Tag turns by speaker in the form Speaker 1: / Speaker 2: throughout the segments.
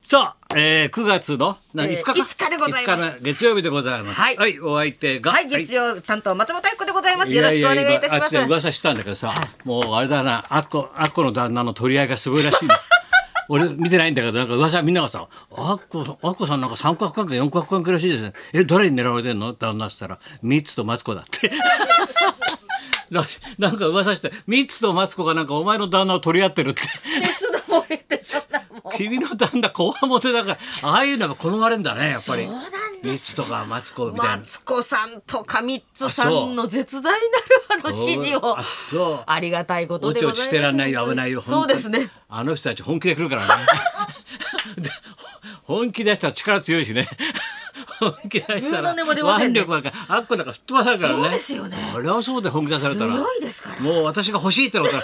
Speaker 1: さあ、えー、9月の、な、
Speaker 2: えー
Speaker 1: 5日か、
Speaker 2: 5日でございます
Speaker 1: 5日の月曜日でございます。
Speaker 2: はい
Speaker 1: お相手が。
Speaker 2: はい、月曜担当松本明子でございます。よろ
Speaker 1: や
Speaker 2: しくお
Speaker 1: や
Speaker 2: 願いいたし
Speaker 1: 今あ
Speaker 2: ま
Speaker 1: っち
Speaker 2: す。
Speaker 1: で噂してたんだけどさ、もうあれだな、あっこ、あっこの旦那の取り合いがすごいら しいね俺見てないんだけど、なんか噂みんながさ、あっこ、あっこさんなんか三角関係、四角関係らしいですね。え、誰に狙われてんの旦那って言ったら、ミッツとマツコだ って。らしなんか噂して、ミッツとマツコがなんかお前の旦那を取り合ってるって。
Speaker 2: 別の もんってそんなもん。
Speaker 1: 君の旦那こわもてだから ああいうのが好まれんだねやっぱり
Speaker 2: そうなんです
Speaker 1: ミツとかマツコみたい
Speaker 2: マ
Speaker 1: な
Speaker 2: ツコさんとかミッツさ
Speaker 1: あそうん
Speaker 2: の絶大なるあの支持を
Speaker 1: あそう
Speaker 2: ありがたいこと
Speaker 1: お
Speaker 2: で
Speaker 1: ち
Speaker 2: ござ
Speaker 1: お
Speaker 2: い
Speaker 1: ち
Speaker 2: ます。
Speaker 1: してらんないよ危ないよ
Speaker 2: そ
Speaker 1: 本
Speaker 2: う
Speaker 1: 当
Speaker 2: で
Speaker 1: に
Speaker 2: すね。
Speaker 1: あの人たち本気で来るからね で本気出したら力強いしね 本気出した
Speaker 2: 柔
Speaker 1: ら
Speaker 2: 軟でも出ませんね
Speaker 1: 力もあるからあっこなんかすっ飛ばされるからね
Speaker 2: そうですよね
Speaker 1: あれはそうで本気出されたら
Speaker 2: すごいですから
Speaker 1: もう私が欲しいってなったら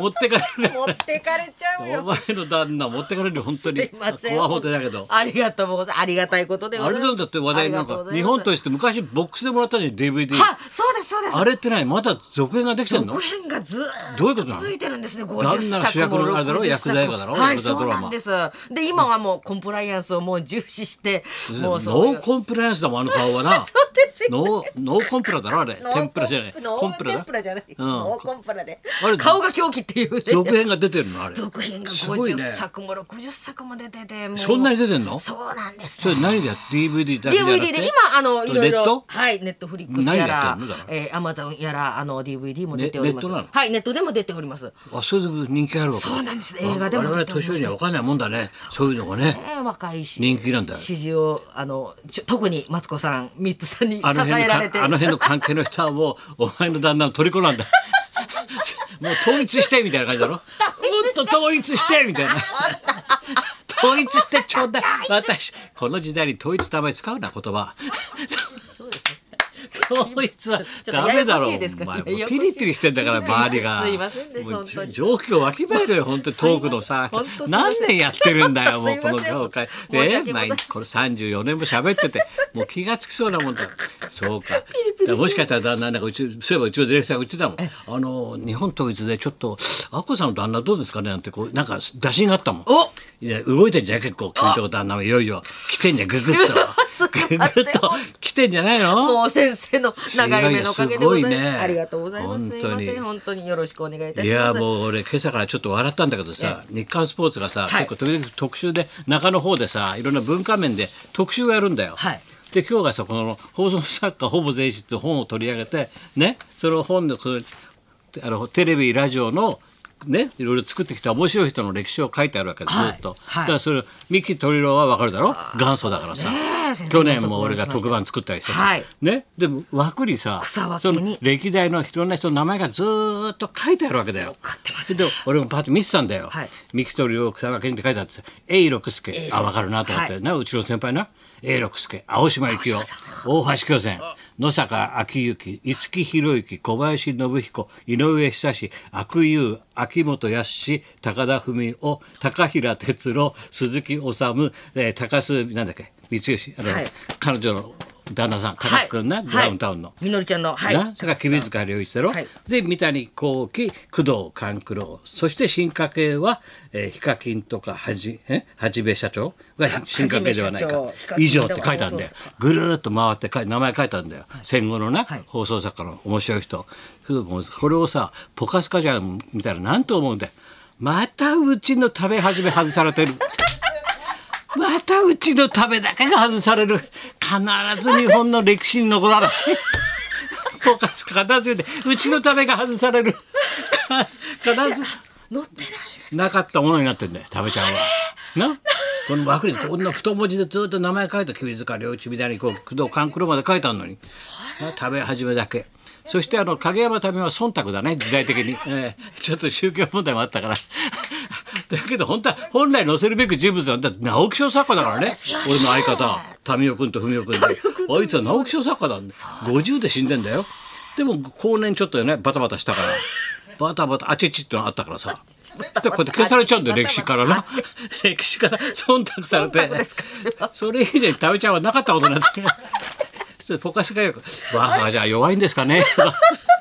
Speaker 1: 持ってかれる か
Speaker 2: 持ってかれちゃう
Speaker 1: らお
Speaker 2: よ。
Speaker 1: 前の旦那持ってかれるよ本当に
Speaker 2: すいません。
Speaker 1: こわもてだけど
Speaker 2: ありがとうございます。ありがたいことでござ
Speaker 1: あ
Speaker 2: いま
Speaker 1: れ
Speaker 2: す。
Speaker 1: なんだって話題なん
Speaker 2: ありが
Speaker 1: か
Speaker 2: うござ
Speaker 1: 日
Speaker 2: います
Speaker 1: 本として昔ボックスでもらったじゃん DVD
Speaker 2: はそうですそうです。
Speaker 1: あれってないまだ続編ができてんの
Speaker 2: 続編がずーっ
Speaker 1: どういうことな
Speaker 2: と
Speaker 1: の
Speaker 2: 続いてるんですね。50
Speaker 1: 旦那が主役のあれだろ
Speaker 2: 作も60
Speaker 1: 薬剤映画だろ
Speaker 2: はい、
Speaker 1: 薬剤
Speaker 2: そ
Speaker 1: ド
Speaker 2: う
Speaker 1: ラ
Speaker 2: な
Speaker 1: マ
Speaker 2: んです。で、今はもうコンプライアンスをもう重視して、も
Speaker 1: ノ
Speaker 2: うそうい
Speaker 1: ー
Speaker 2: う。
Speaker 1: コンプライアンスだもんあの顔はな
Speaker 2: そうですよ。
Speaker 1: ノーノーコンプラだろあれ天ぷらじゃない
Speaker 2: ノー
Speaker 1: コンプラ
Speaker 2: 天ぷら
Speaker 1: だ
Speaker 2: じゃない。
Speaker 1: うん
Speaker 2: ノーコンプラで
Speaker 1: あれ。
Speaker 2: 顔が狂気っていうね。
Speaker 1: 続編が出てるのあれ
Speaker 2: 続編が
Speaker 1: すごいね
Speaker 2: 50作も60作も出てて、もう
Speaker 1: そんなに出てんの
Speaker 2: そうなんです
Speaker 1: そ
Speaker 2: ね。
Speaker 1: れ何でや DVD だけじゃな
Speaker 2: DVD
Speaker 1: くて
Speaker 2: で今あのいろい
Speaker 1: ネット
Speaker 2: ろはいネットフリックスや
Speaker 1: 何やっ
Speaker 2: ら
Speaker 1: てんのだから
Speaker 2: えーアマゾンやらあの DVD も出ております
Speaker 1: ネネットなの
Speaker 2: はいネットでも出ております
Speaker 1: あそれで人気あるわけ
Speaker 2: そうなんです映画でも
Speaker 1: 我々
Speaker 2: 出てお
Speaker 1: 年
Speaker 2: ります
Speaker 1: 寄りには分かんないもんだねそういうのがね
Speaker 2: ね若いし
Speaker 1: 人気なんだよ
Speaker 2: 支持をあのちょ特にマツコさんミッツさんに支
Speaker 1: あの辺
Speaker 2: え
Speaker 1: の
Speaker 2: ら
Speaker 1: か
Speaker 2: れて
Speaker 1: あの辺の関係の人はも うお前の旦那の虜なんだ もう統一してみたいな感じだろもっと統一してみたいな統一してちょうだい私この時代に統一たまに使うな言葉統一はダメだろお
Speaker 2: ちょっとややこしいですか
Speaker 1: 前も
Speaker 2: やや
Speaker 1: う
Speaker 2: こし
Speaker 1: ピ
Speaker 2: い
Speaker 1: リピリしてんだから周りが
Speaker 2: すいませんね
Speaker 1: もう
Speaker 2: 本当に
Speaker 1: 状況わきまえるよ本当にトークのさ
Speaker 2: すいません本当すいま
Speaker 1: 何
Speaker 2: せん
Speaker 1: 年やってるんだよもうこの
Speaker 2: すいません
Speaker 1: 業界
Speaker 2: 申し
Speaker 1: ね
Speaker 2: 訳ござ
Speaker 1: 毎
Speaker 2: いま
Speaker 1: 日
Speaker 2: せん
Speaker 1: これ34年も喋って てもう気がつきそうなもんだそうかだからもしかしたら旦那なんかうちそういえばうちのディレクターが言ってたもんあの日本統一でちょっと「あこさんの旦那どうですかね?」なんてこうなんか打診があったもん
Speaker 2: お
Speaker 1: いや動いてんじゃん結構君とこ旦那はいよいよ来てんじゃんググッと
Speaker 2: す
Speaker 1: ググ
Speaker 2: いません
Speaker 1: ッと来てんじゃないの
Speaker 2: もう先生の長い目のおかげでござい
Speaker 1: すご
Speaker 2: ます
Speaker 1: いね
Speaker 2: ありがとうございますすいま
Speaker 1: 本当
Speaker 2: せ
Speaker 1: に
Speaker 2: ん本当によろしくお願いいた
Speaker 1: い
Speaker 2: しま
Speaker 1: や
Speaker 2: す
Speaker 1: もう俺今朝からちょっと笑ったんだけどさ日刊スポーツがさ、
Speaker 2: は
Speaker 1: 結
Speaker 2: い
Speaker 1: 構時々特集で中の方でさいろんな文化面で特集をやるんだよ。
Speaker 2: はい
Speaker 1: で今日がさこの放送作家ほぼ全室本を取り上げてねその本のそのあのテレビラジオのねいろいろ作ってきた面白い人の歴史を書いてあるわけで、
Speaker 2: は
Speaker 1: ず
Speaker 2: い
Speaker 1: っと、
Speaker 2: はい
Speaker 1: だからそれ三木鳥郎は分かるだろ元祖だからさ、
Speaker 2: そうですね
Speaker 1: 去年も俺が特番作ったりしてさ、
Speaker 2: はい
Speaker 1: ねでも枠にさ
Speaker 2: 草分
Speaker 1: そ
Speaker 2: けに
Speaker 1: の歴代のいろんな人の名前がずーっと書いてあるわけだよ。
Speaker 2: 買ってますね
Speaker 1: で俺もパッと見てたんだよ
Speaker 2: はい
Speaker 1: 「三木鳥を草分けに」って書いてあってさ「永六輔」あ分かるなと思って、
Speaker 2: は
Speaker 1: なうちの先輩な永六輔青島幸男大橋巨泉野坂昭之五木博之小林信彦井上久志悪友秋元康高田文夫高平哲郎鈴木治、えー高須なんだっけ三吉あの、
Speaker 2: はい
Speaker 1: 彼女の旦那さん高須君ね、
Speaker 2: はい
Speaker 1: ブラウンタウンの。
Speaker 2: はいみのりちゃんのはい
Speaker 1: なそれから君塚良一だろ、
Speaker 2: はい
Speaker 1: で三谷幸喜工藤官九郎そして進化系は、えー、ヒカキンとかはじえはじめ社長が進化系ではない
Speaker 2: はじめ
Speaker 1: か
Speaker 2: 社長ヒカキン
Speaker 1: 以上って書いたんだよ
Speaker 2: で
Speaker 1: ぐるーっと回って書い名前書いたんだよ、戦後のね、
Speaker 2: はい
Speaker 1: 放送作家の面白い人それもうこれをさポカスカじゃんみたいななんと思うんだよまたうちの食べ始め外され てる。またうちの食べだけが外される必ず日本の歴史に残 らないポカスカ片付けてうちの食べが外されるか必
Speaker 2: 乗ってない
Speaker 1: ず なかったものになってんだよ食べちゃんはなこの枠にこんな太文字でずっと名前書いた君塚良一みたいにこう工藤官九郎まで書いてあるのにな食べ始めだけそしてあの影山民は忖度だね時代的に、ええちょっと宗教問題もあったから だけど本当は本来載せるべき人物なんだって直木賞作家だからね
Speaker 2: ですよね
Speaker 1: 俺の相方民生君と文生君であいつは直木賞作家なんだ50で死んでんだよでも後年ちょっとねバタバタしたからバタバタあちちってのあったからさでこうやって消されちゃうんだよ歴史からな歴史から忖度されて
Speaker 2: 忖度ですかそれは
Speaker 1: それ以前食べちゃんはなかったことになってそれポ カスカよく「わあじゃあ弱いんですかね」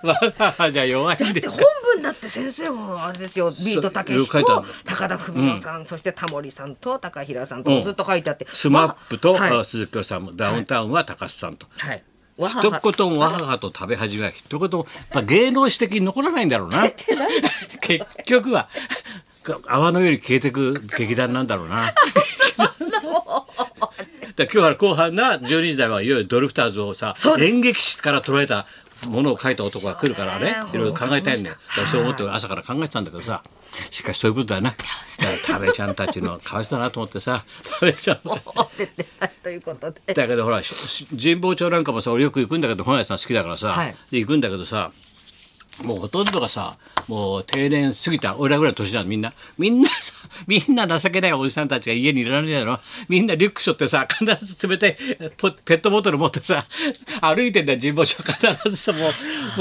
Speaker 1: わあじゃあ弱いんです
Speaker 2: で
Speaker 1: か
Speaker 2: 本文だって先生もあれですよビートたけし
Speaker 1: そういろいろ書いて
Speaker 2: と
Speaker 1: ある
Speaker 2: 高田文夫さん、そしてタモリさんと高平さんと、
Speaker 1: うん
Speaker 2: ずっと書いてあって
Speaker 1: スマップと、
Speaker 2: まあはい
Speaker 1: あ鈴木京さんもダウンタウンは高須さんと。
Speaker 2: はい、わは
Speaker 1: 一
Speaker 2: は
Speaker 1: 言もわははと食べ始めは一言もやっぱ芸能史的に残らないんだろう な結局は泡のように消えてく劇団なんだろうなだから今日は後半な12時台はいよいよドリフターズをさ
Speaker 2: そうです
Speaker 1: 演劇史から捉えたものを書いた男が来るからね
Speaker 2: そうね
Speaker 1: いろいろ考えたいんだよ
Speaker 2: わかりました
Speaker 1: だからそう思って朝から考えてたんだけどさしかしそういうことだよ なだから多部ちゃんたちのかわいそうだなと思ってさ多部ちゃんも
Speaker 2: 出てないということで
Speaker 1: だけどほらしし神保町なんかもさ俺よく行くんだけど本屋さん好きだからさ、
Speaker 2: はい
Speaker 1: で行くんだけどさもうほとんどがさもう定年過ぎた俺らぐらいの年なのみんなみんなさ みんな情けないおじさんたちが家にいられないだろみんなリュック背負ってさ必ず冷たいポペットボトル持ってさ歩いてんだよ神保町必ずさも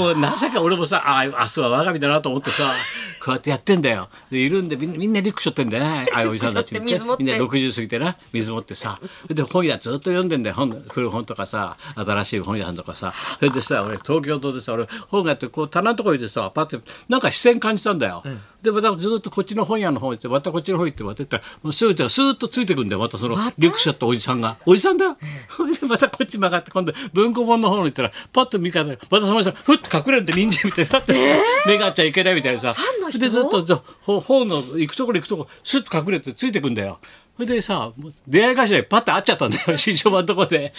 Speaker 1: うもう情け俺もさあ明日は我が身だなと思ってさこうやってやってんだよでいるんでみんなみんなリュック背負ってんだよねああいうおじさんたち
Speaker 2: リュック背負って水持って
Speaker 1: みんな60過ぎてな水持ってさで本屋ずっと読んでんだよ本古本とかさ新しい本屋さんとかさそれでさ俺東京都でさ俺本屋ってこう棚のとこ行ってさパッてなんか視線感じたんだよ、でまたずっとこっちの本屋の方行ってまたこっちの方行ってまた行ったらもうすぐてスーッとついてくんだよまたそのリュックショットおじさんがおじさんだよ、 でまたこっち曲がって今度文庫本の方に行ったらパッと見方またその人がふっと隠れて忍者みたいになって、目が合っちゃいけないみたいなさ
Speaker 2: ァンの人
Speaker 1: でずっとそうほ本の行くところ行くとこスッと隠れてついてくんだよそれでさもう出会い頭にパッと会っちゃったんだよ 新書版のとこで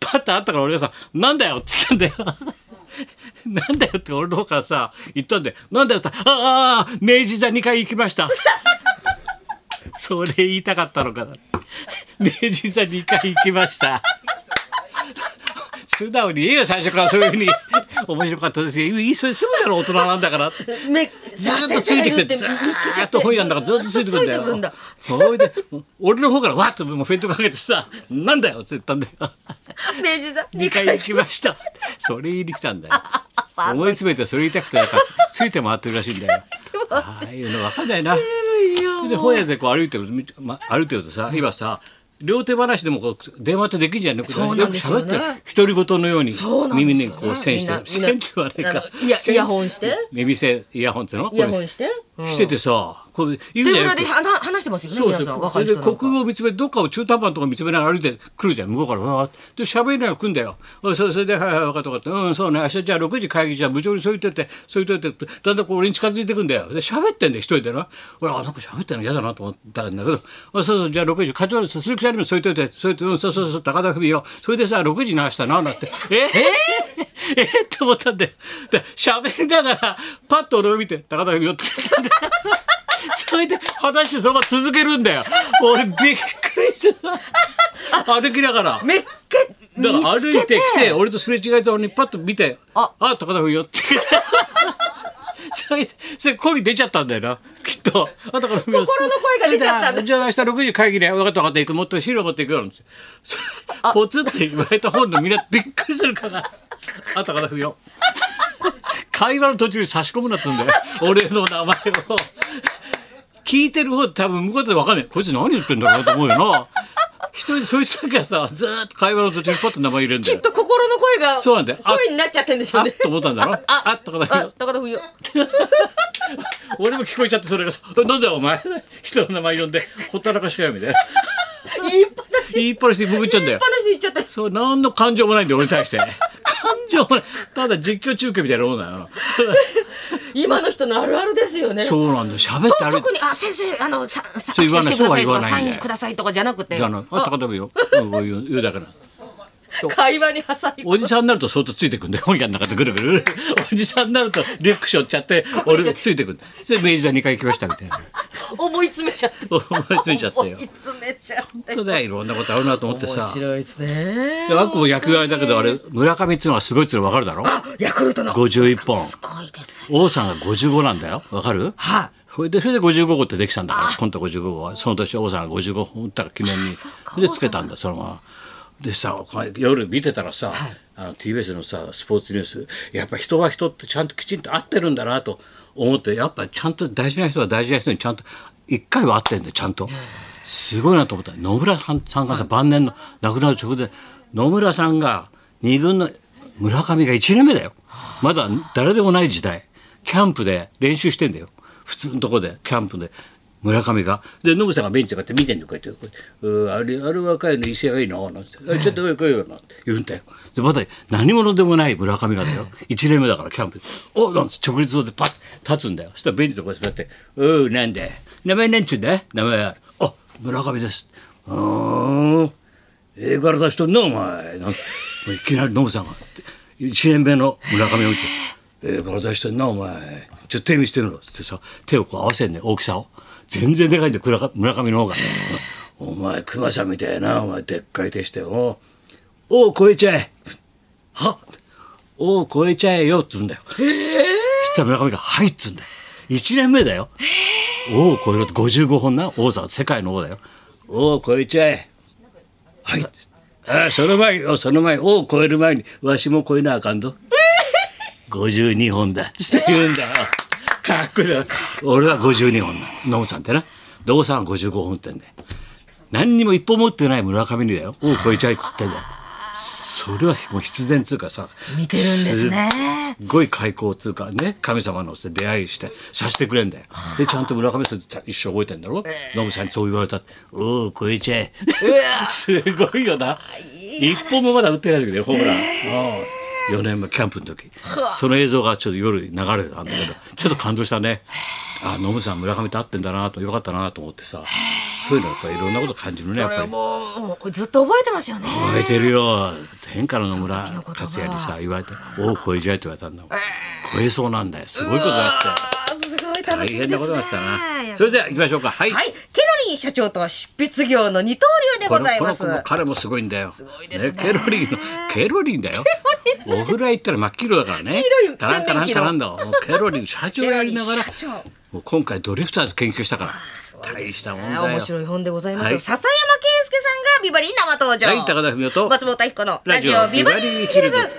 Speaker 1: パッと会ったから俺がさ「なんだよ」っつったんだよ なんだよって俺の方からさ言ったんで「なんだよ」って言ったらああああ明治座2回行きました」 それ言いたかったのかな明治座2回行きました素直に言えよ最初からそういうふうに面白かったですよいいそれすぐだろ大人なんだからって
Speaker 2: め
Speaker 1: ずーっとついてきて、ずーっと本屋の中ずーっとついてくんだ
Speaker 2: ついてくん
Speaker 1: よ
Speaker 2: だ。
Speaker 1: それで、俺の方からわっともうフェイントかけてさ、なんだよって言ったんだよ。
Speaker 2: 明治座
Speaker 1: 2
Speaker 2: 二
Speaker 1: 回
Speaker 2: 回
Speaker 1: 行きました。それ言いに来たんだよ。
Speaker 2: あ
Speaker 1: 思い詰めてそれ言いたくてなんかついて回ってるらしいんだよ。ああいうの分かんないな。で本屋でこう歩いてる、ま、歩いてるとさ今さ両手話でもこう電話ってできんじゃんね
Speaker 2: そうなんですよね
Speaker 1: く喋ってる独り言のように
Speaker 2: そうなんですよね
Speaker 1: 耳にこう栓してる
Speaker 2: みんな
Speaker 1: 栓
Speaker 2: みんな
Speaker 1: つわないか
Speaker 2: あのイヤイヤホンして
Speaker 1: 耳栓イヤホンってのこ
Speaker 2: イ
Speaker 1: れ
Speaker 2: ヤホンしてうん
Speaker 1: しててさこう言う
Speaker 2: テ
Speaker 1: じ
Speaker 2: ーブ
Speaker 1: ゃんよ
Speaker 2: ル
Speaker 1: く
Speaker 2: で話話してますよね
Speaker 1: そう
Speaker 2: 皆
Speaker 1: そ
Speaker 2: さん
Speaker 1: う
Speaker 2: 若
Speaker 1: それ
Speaker 2: い
Speaker 1: で
Speaker 2: 人なん
Speaker 1: 国
Speaker 2: か
Speaker 1: 語を見つめてどっかを中途半端なところ見つめながら歩いてくるじゃん向こうからわーってで喋りながら来んだよおいそそれで「はいはい分かった分かったうんそうね明日じゃあ6時会議じゃあ部長にそう言っといてそう言っといて」ってだんだんこう俺に近づいてくんだよで喋ってんだよ一人でな俺あなんか喋ってんの嫌だなと思ったんだけど「おいそうそうじゃあ6時課長鈴木さんにもそう言っといてそう言ってうんそうそうそう高田文よそれでさ6時に明日な」なんて「ええええって思ったんだよで喋りながらパッと俺を見て「高田文よ」って言ったんだよそれで話そのまま続けるんだよ。俺びっくりした。歩きながら。
Speaker 2: めっけ
Speaker 1: だから
Speaker 2: 見つ
Speaker 1: 歩
Speaker 2: け
Speaker 1: いてきて、俺とすれ違えたのにパッと見て、あ
Speaker 2: あ、
Speaker 1: あ、高田文よって。それで、それ声出ちゃったんだよな。きっと。あ、高田文夫。心の
Speaker 2: 声が出ちゃったんだ
Speaker 1: じゃあ明日6時会議で、分かった分かった、行く。もっと資料持っていくよ。なんてそポツって言われた本のみんなびっくりするから。あ、高田文よ。会話の途中に差し込むなっつうんだ よ。俺の名前を。聞いてる方多分向こうだって分かんないこいつ何言ってんだろうなと思うよな一人でそいつだけはさずーっと会話の途中にパッと名前入れるんだ
Speaker 2: き
Speaker 1: よ
Speaker 2: っと心の声が
Speaker 1: そうなんだよあ
Speaker 2: 声になっちゃってんでしょ
Speaker 1: あ
Speaker 2: う
Speaker 1: っ
Speaker 2: ね
Speaker 1: と思ったんだろあ
Speaker 2: あ
Speaker 1: っとかだ
Speaker 2: あ
Speaker 1: よ
Speaker 2: 高田冬
Speaker 1: 俺も聞こえちゃってそれがさ「なんだよお前人の名前呼んでほったらかしかよ」みたいな
Speaker 2: 言いっぱなし
Speaker 1: 言いっぱなしで潜っちゃうんだ
Speaker 2: 言いっ
Speaker 1: よ
Speaker 2: ぱなしで言っちゃった
Speaker 1: そう何の感情もないんだよ俺に対して感情もないただ実況中継みたいなもんだよ
Speaker 2: 今の人のあるあるですよね
Speaker 1: そうなんだよ喋って
Speaker 2: と
Speaker 1: あれ
Speaker 2: 特にあ先生あのささ
Speaker 1: そう言わない
Speaker 2: 握手してください
Speaker 1: そう
Speaker 2: と
Speaker 1: は言わ
Speaker 2: か
Speaker 1: ないん
Speaker 2: サ
Speaker 1: だよ
Speaker 2: インくださいとかじゃなくて
Speaker 1: じゃあなあったかだめようんこういう言うだから
Speaker 2: 会話に挟み込む
Speaker 1: おじさんになると相当ついてくんだよ本屋の中でぐるぐるおじさんになるとリュック背負っちゃって俺がついてくんだよそれ明治座2回行きましたみたいな
Speaker 2: 思い詰めちゃって
Speaker 1: 思い詰めちゃったよ
Speaker 2: 思い詰めちゃって
Speaker 1: 本当だよいろんなことあるなと思ってさ
Speaker 2: 白いですね
Speaker 1: であっこも役割だけどあれ村上っていうのはすごいっつうの分かるだろ
Speaker 2: ヤクルトの
Speaker 1: 51本
Speaker 2: すごいです
Speaker 1: 王さんが55なんだよ分かる
Speaker 2: はい
Speaker 1: それでそれで55号ってできたんだからコント55号はその年王さんが55本打った記念に
Speaker 2: そうか
Speaker 1: それでつけたんだそのまま。でさこの夜見てたらさ、あの TBS のさスポーツニュースやっぱ人は人ってちゃんときちんと合ってるんだなと思ってやっぱちゃんと大事な人は大事な人にちゃんと一回は合ってんだよちゃんと。すごいなと思った野村さんさんがさ晩年の亡くなる直前野村さんが二軍の村上が1年目だよまだ誰でもない時代キャンプで練習してんだよ普通のとこでキャンプで村上がでノブさんがベンチでこうやって見てんのこうやってこううーあれあれ若いの威勢がいいな」なんてあ「ちょっと来いよ」なんて言うんだよでまた何者でもない村上がだよ1年目だからキャンプで「おなんつって直立でパッ立つんだよそしたらベンチでこうやって「うーなんで名前なんちゅうんだ名前はあ村上です」うーんええから出しとんなお前」なんてもう いきなりノブさんが1年目の村上を見て「ええから出しとんなお前ちょっと手見してみろ」つってさ手をこう合わせんね大きさを全然でかいんだよ村上村上の方が「お前熊さんみたいなお前でっかい手しておお超えちゃえ」はおを超えちゃえよっつうんだよ。そしたら村上が「はい」っつうんだよ。1年目だよ。王を超えろって55本な王さ世界の王だよ。王を超えちゃえ。はい。ああその前よその前王を超える前にわしも超えなあかん ぞ。52本だって言うんだよ。かっこいいな俺は52本だ。ノブさんってな。で王さんは55本打ってんだよ。何にも一本持ってない村上にだよ。王を超えちゃえっつってんだよ。それはもう必然っつうかさ。
Speaker 2: 見てるんですね
Speaker 1: すっごい開口つうかね神様のせ出会いしてさしてくれんだよでちゃんと村上さんって一生覚えてんだろノブさんにそう言われたって「おお超えちゃえ」 すごいよな一本もまだ打ってない時だよホームラン。4年前キャンプの時その映像がちょっと夜流れてたんだけどちょっと感動したねあノブさん村上と会ってんだなとよかったなと思ってさそういうのやっぱりいろんなこと感じるねやっ
Speaker 2: そ
Speaker 1: ぱ
Speaker 2: れ
Speaker 1: り
Speaker 2: は。もうもうずっと覚えてますよね
Speaker 1: 覚えてるよ天下の野村
Speaker 2: その時のことが
Speaker 1: 克也にさ言われて「おお超えちゃえ」って言われたんだもん、超えそうなんだよすごいことになってたよ
Speaker 2: あーすご
Speaker 1: 大
Speaker 2: い楽しみですね
Speaker 1: 変なことになってたなそれでは行きましょうかはい、
Speaker 2: はい、ケロリン社長とは執筆業の二刀流で
Speaker 1: こ
Speaker 2: ご
Speaker 1: の
Speaker 2: ざい
Speaker 1: こ
Speaker 2: ま
Speaker 1: の
Speaker 2: す。
Speaker 1: 子も彼もすごいんだよ。
Speaker 2: ごいですね
Speaker 1: ケロリンのケロリンだよ。お風呂屋行ったら真っ黄色だからね。
Speaker 2: 黄色い
Speaker 1: カランカランカランだわ。もうケロリン社長やりな がら
Speaker 2: ケロリン社長、
Speaker 1: もう今回ドリフターズ研究したから。大したもんだよ。
Speaker 2: 面白い本でございます。
Speaker 1: はい
Speaker 2: 笹山圭介さんがビバリー生登場。
Speaker 1: はい高田文夫と
Speaker 2: 松本明子の
Speaker 1: ラ
Speaker 2: ラ
Speaker 1: ジ
Speaker 2: ジ
Speaker 1: オ
Speaker 2: オ
Speaker 1: ビ
Speaker 2: ビ
Speaker 1: バ
Speaker 2: バ
Speaker 1: リ
Speaker 2: リ
Speaker 1: ーヒ
Speaker 2: ーヒ
Speaker 1: ル
Speaker 2: ル
Speaker 1: ズ
Speaker 2: ズ。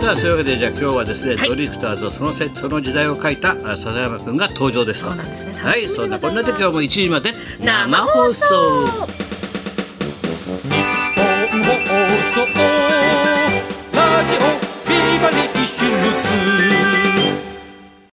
Speaker 1: さあそういうわけでじゃあ今日はですね、ドリフターズをそのせその時代を書いたあ笹山くんが登場ですと
Speaker 2: そうなんですね
Speaker 1: はいそんなこんなで今日も1時まで
Speaker 2: 生放送。